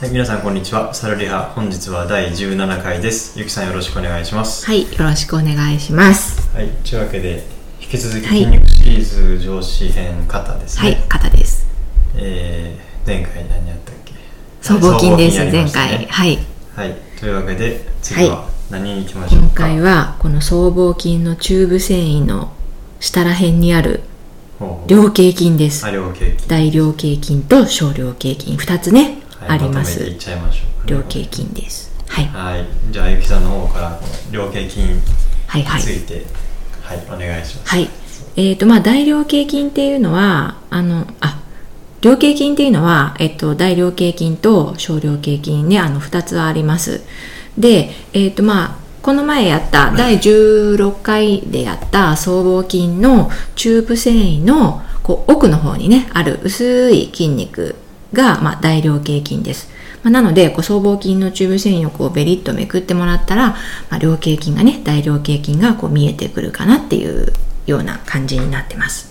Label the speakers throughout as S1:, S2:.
S1: はい、皆さんこんにちは。サルリハ、本日は第17回です。ゆきさんよろしくお願いします。
S2: はい、よろしくお願いします。
S1: はい、というわけで、引き続き
S2: はい
S1: 筋肉シリーズ上司編型です
S2: は
S1: ね。
S2: い、肩です。
S1: えー、前回何やったっけ
S2: 僧帽筋です、
S1: 僧帽筋やりま
S2: 前
S1: したね
S2: 回。はい、
S1: はい、というわけで、次は
S2: は
S1: 何に行きましょうか。
S2: 今回はこの僧帽筋の中部繊維の下ら辺にある
S1: ほうほう、
S2: 量形筋です
S1: あ。量計器。
S2: 大量形筋と小量形筋2つね、
S1: はい
S2: ありま
S1: とめてい
S2: す
S1: っ。ちゃいましょう。
S2: 量形筋です。はい、
S1: はい、じゃあゆきさんの方からこの量計器に
S2: はい、はい
S1: つ。いて、はい、お願いします。
S2: はい。えっ、と、まあ、大量経筋っていうのは、あの、あ、量経筋っていうのは、えっと、大量経筋と小量経筋ね、あの、二つあります。で、えっ、と、まあ、この前やった、第16回でやった僧帽筋の中部繊維のこう奥の方にね、ある薄い筋肉が、まあ、大量経筋です。まあなので、こう僧帽筋の中部繊維をこうベリッとめくってもらったら、まあ、量形筋がね、大量経筋がこう見えてくるかなっていうような感じになってます。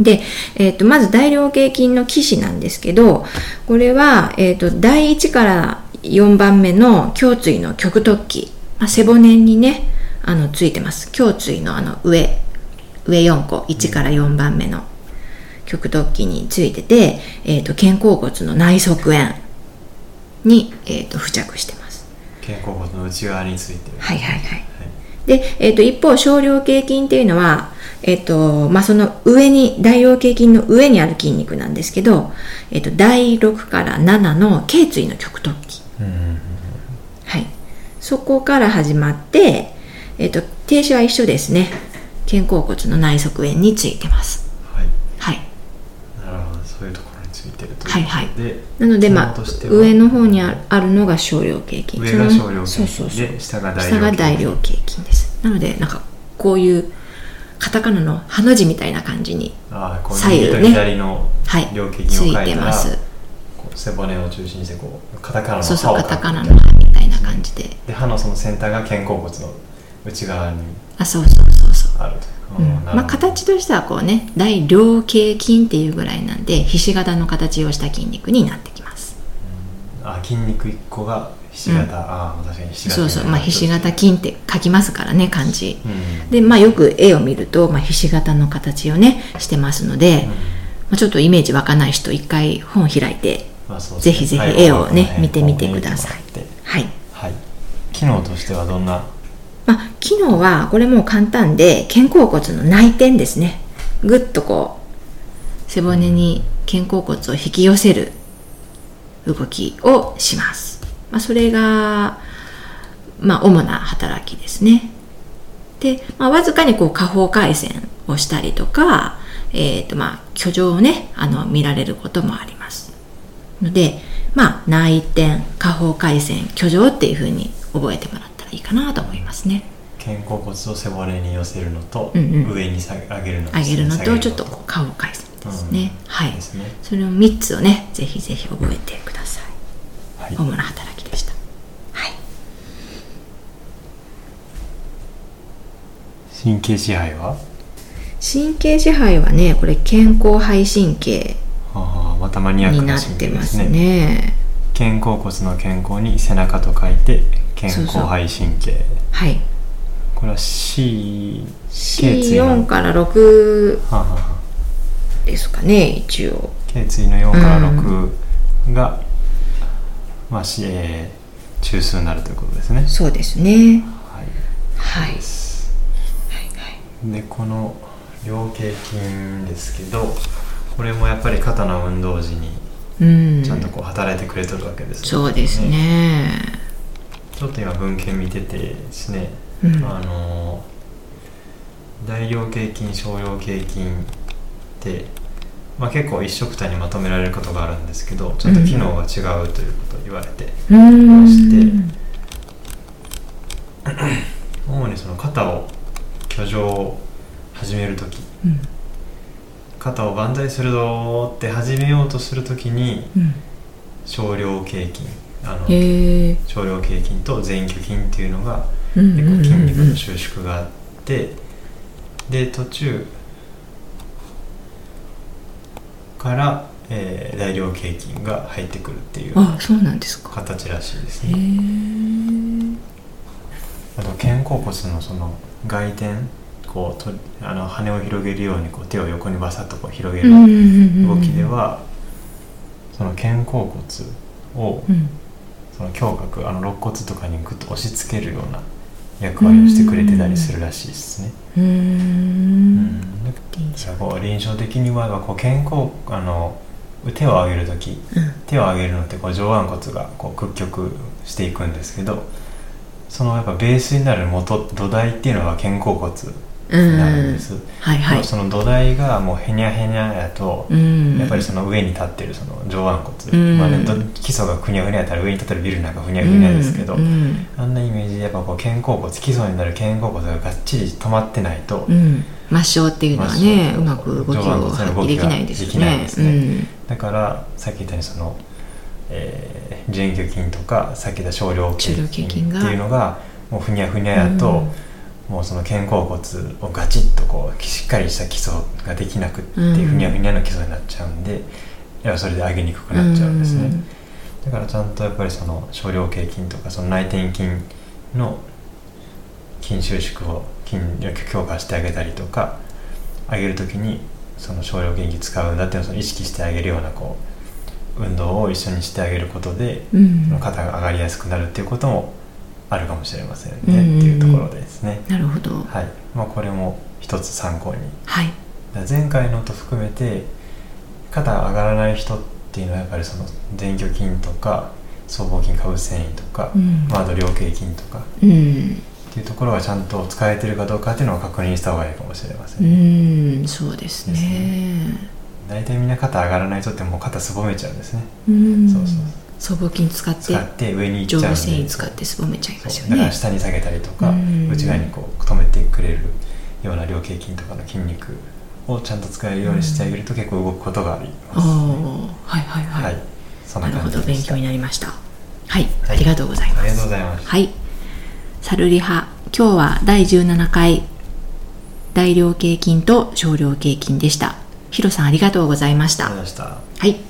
S2: で、えっとまず大量経筋の起始なんですけどこれは、えっと第1から4番目の胸椎の極突起、まあ背骨にねあのついてます胸椎のあの上上4個1から4番目の極突起についてて、えっと肩甲骨の内側縁に、えっと付着してます。
S1: 肩甲骨の内側について。
S2: はいはいはい
S1: はい
S2: で、えっと一方少量経筋っていうのは、えっとまあ、その上に大腰経筋の上にある筋肉なんですけど、えっと第6から7の頸椎の極突起、
S1: うんうんうん
S2: はい、そこから始まって、えっと停止は一緒ですね肩甲骨の内側縁についてます、
S1: はい
S2: はい、
S1: なるほどそういうところについてるということで、
S2: はいはいなので、ま
S1: 機能として
S2: あ、
S1: は
S2: 上の方にあるあるのが少量経筋
S1: 上が少量
S2: そのそうそうそう
S1: で下が大量
S2: 下が大量経筋ですなのでなんかこういうカタカナのハの字みたいな感じに
S1: ああこう
S2: 左
S1: 右
S2: 右ね
S1: と左の
S2: はい
S1: 両肩を
S2: つ
S1: 描
S2: い
S1: い
S2: て
S1: たら、
S2: ます
S1: こう背骨を中心にしてこうカタカナの
S2: そう
S1: 歯
S2: そ
S1: を
S2: う
S1: 描
S2: カ
S1: く
S2: タカナ
S1: みた
S2: の
S1: いな
S2: 「みたいな感じで
S1: で歯のその先端が肩甲骨の内側に
S2: あそうそうそうそう、
S1: あると
S2: う
S1: い
S2: ん
S1: う、うんなるほど
S2: まあ、形としてはこうね大量頸筋っていうぐらいなんでひし形の形をした筋肉になってきます
S1: あ筋肉一個がひし形、
S2: うん
S1: ああ確かにひし形
S2: そうそう、まあ、ひし形
S1: う
S2: 筋って書きますからね漢字
S1: ん
S2: でまあよく絵を見ると、まあ、ひし形の形をねしてますので、
S1: うん
S2: まあ、ちょっとイメージ湧かない人一回本開いて
S1: まあそうです
S2: ぜ
S1: ね
S2: ひぜ
S1: はい
S2: ひ絵を
S1: こ
S2: ね
S1: の
S2: 見てみて
S1: こう
S2: ください
S1: 見てもらって
S2: はい
S1: はい機能としてはどんな
S2: まあ、機能はこれもう簡単で肩甲骨の内転ですねぐっとこう背骨に肩甲骨を引き寄せる動きをします、まあ、それが、まあ、主な働きですねで、まあ、わずかにこう下方回旋をしたりとか、えーとまあ、挙上をねあの見られることもありますので、まあ、内転下方回旋挙上っていうふうに覚えてもらったらいいかなと思いますね
S1: 肩甲骨を背骨に寄せるのと、
S2: うんうん
S1: 上に下げ上げるのと
S2: 上げるの
S1: 下
S2: とちょっとこう下方回旋ですね、
S1: うん
S2: はい
S1: ですね
S2: それを3つをねぜひぜひ覚えてください
S1: はい、
S2: 主な働きでしたはい
S1: 神経支配は
S2: 神経支配はねこれ健康肺神経
S1: ああまたマニアック
S2: にな
S1: な
S2: っ
S1: 神
S2: て
S1: 経で
S2: ますす
S1: ね
S2: ね
S1: 肩甲骨の肩甲に背中と書いて肩甲背神経
S2: はい
S1: これは C 頸椎の
S2: C4 から6
S1: はあはあはあ
S2: ですかね一応
S1: 頸椎の4から6が、まあ、しえー中枢になるということですね
S2: そうですね
S1: はい
S2: はいはい
S1: です
S2: はい
S1: でこの両頸筋ですけどこれもやっぱり肩の運動時に
S2: うん
S1: ちゃんとこう働いてくれとるわけですね
S2: そうですね
S1: ちょっと今文献見ててですね、
S2: うん
S1: あの大量経筋少量経筋って、まあ、結構一緒くたにまとめられることがあるんですけどちょっと機能が違うということを言われて、
S2: う
S1: そして
S2: ん
S1: 主にその肩を挙上を始める時
S2: うん
S1: 肩を万歳するぞーって始めようとする時に
S2: うん
S1: 少量経筋あの
S2: へえ
S1: 少量経筋と前鋸筋っていうのが
S2: うん
S1: で
S2: うん
S1: こう
S2: うんう
S1: ん筋肉の収縮があってで途中から、えー大量経菌が入ってくるっていう
S2: あそうなんですか
S1: 形らしいです
S2: へえ
S1: ねあと肩甲骨のその外転こうとあの羽を広げるようにこう手を横にバサッとこう広げ
S2: うんうん
S1: る
S2: うんうん
S1: 動きでは、その肩甲骨を
S2: うん
S1: その胸郭あの肋骨とかにグッと押し付けるような役割をしてくれてたりするらしいですね。
S2: うー
S1: うんんじゃあこう臨床的にはこう肩甲あの手を上げる時手を上げるのってこう上腕骨がこう屈曲していくんですけどそのやっぱベースになる元土台っていうのは肩甲骨
S2: うん
S1: になるん
S2: う
S1: で
S2: ん
S1: す、
S2: はいはい
S1: その土台がもうへにゃへにゃやと、
S2: うん
S1: やっぱりその上に立ってるその上腕
S2: う
S1: 骨、
S2: ん
S1: まあね、ど基礎がふにゃふにゃやったら上に立ってるビルなんかふにゃふにゃですけど、
S2: うん
S1: あんなイメージでやっぱこう肩甲骨基礎になる肩甲骨ががっちり止まってないと、
S2: うん抹消っていうのはね
S1: 抹消
S2: うまく動きを発揮できないです
S1: 上腕骨の動きがで
S2: よ
S1: きない
S2: ね
S1: ですねだからさっき言ったようにその、えー、前鋸筋とかさっき言った少量筋
S2: 少量
S1: って
S2: 筋
S1: い
S2: 筋が
S1: うのがもうふにゃふにゃやと、もうその肩甲骨をガチッとこうしっかりした基礎ができなくって、
S2: うん
S1: ふにゃふにゃの基礎になっちゃうんでやっぱそれで上げにくく
S2: うん
S1: なっちゃうんですね、だからちゃんとやっぱりその少量経筋とかその内転筋の筋収縮を筋力強化してあげたりとか上げるときにその少量経筋使うんだっていうのをその意識してあげるようなこう運動を一緒にしてあげることで、
S2: うん
S1: その肩が上がりやすくなるっていうこともあるかもしれませんね、
S2: うん
S1: っていうところですね、
S2: なるほどは
S1: はい、まあ、これも一つ参考に
S2: い
S1: だから前回のと含めて肩上がらない人っていうのはやっぱりその前鋸筋とか僧帽筋下部繊維とか、
S2: うん
S1: まあ、あと両頸筋とか
S2: うん
S1: っていうところがちゃんと使えてるかどうかっていうのを確認した方がいいかもしれませ、
S2: うん
S1: ね
S2: んそうです
S1: です
S2: ね
S1: 大体みんな肩上がらない人ってもう肩すぼめちゃうんですね
S2: うん
S1: そうそう
S2: 僧帽筋使って
S1: 使って上に行
S2: 上
S1: っちゃうんで
S2: 部繊維使ってすぼめちゃいま
S1: そ
S2: すよ
S1: うだから
S2: ね
S1: 下に下げたりとか、
S2: うん
S1: 内側にこう止めてくれるような両頸筋とかの筋肉をちゃんと使えるようにしてあげると結構動くことがあり
S2: お
S1: ま
S2: お
S1: す、
S2: はいはいは
S1: はいいそん
S2: な
S1: な
S2: るほ
S1: 感
S2: ど
S1: じで
S2: 勉
S1: した
S2: 強になりましたはい、
S1: はい
S2: ありがとうございます
S1: ありがとうございました
S2: はいサルリハ今日は第17回大量経筋と少量経筋でしたヒロさんありがとうございまし
S1: あ
S2: た
S1: りがとうございました
S2: はい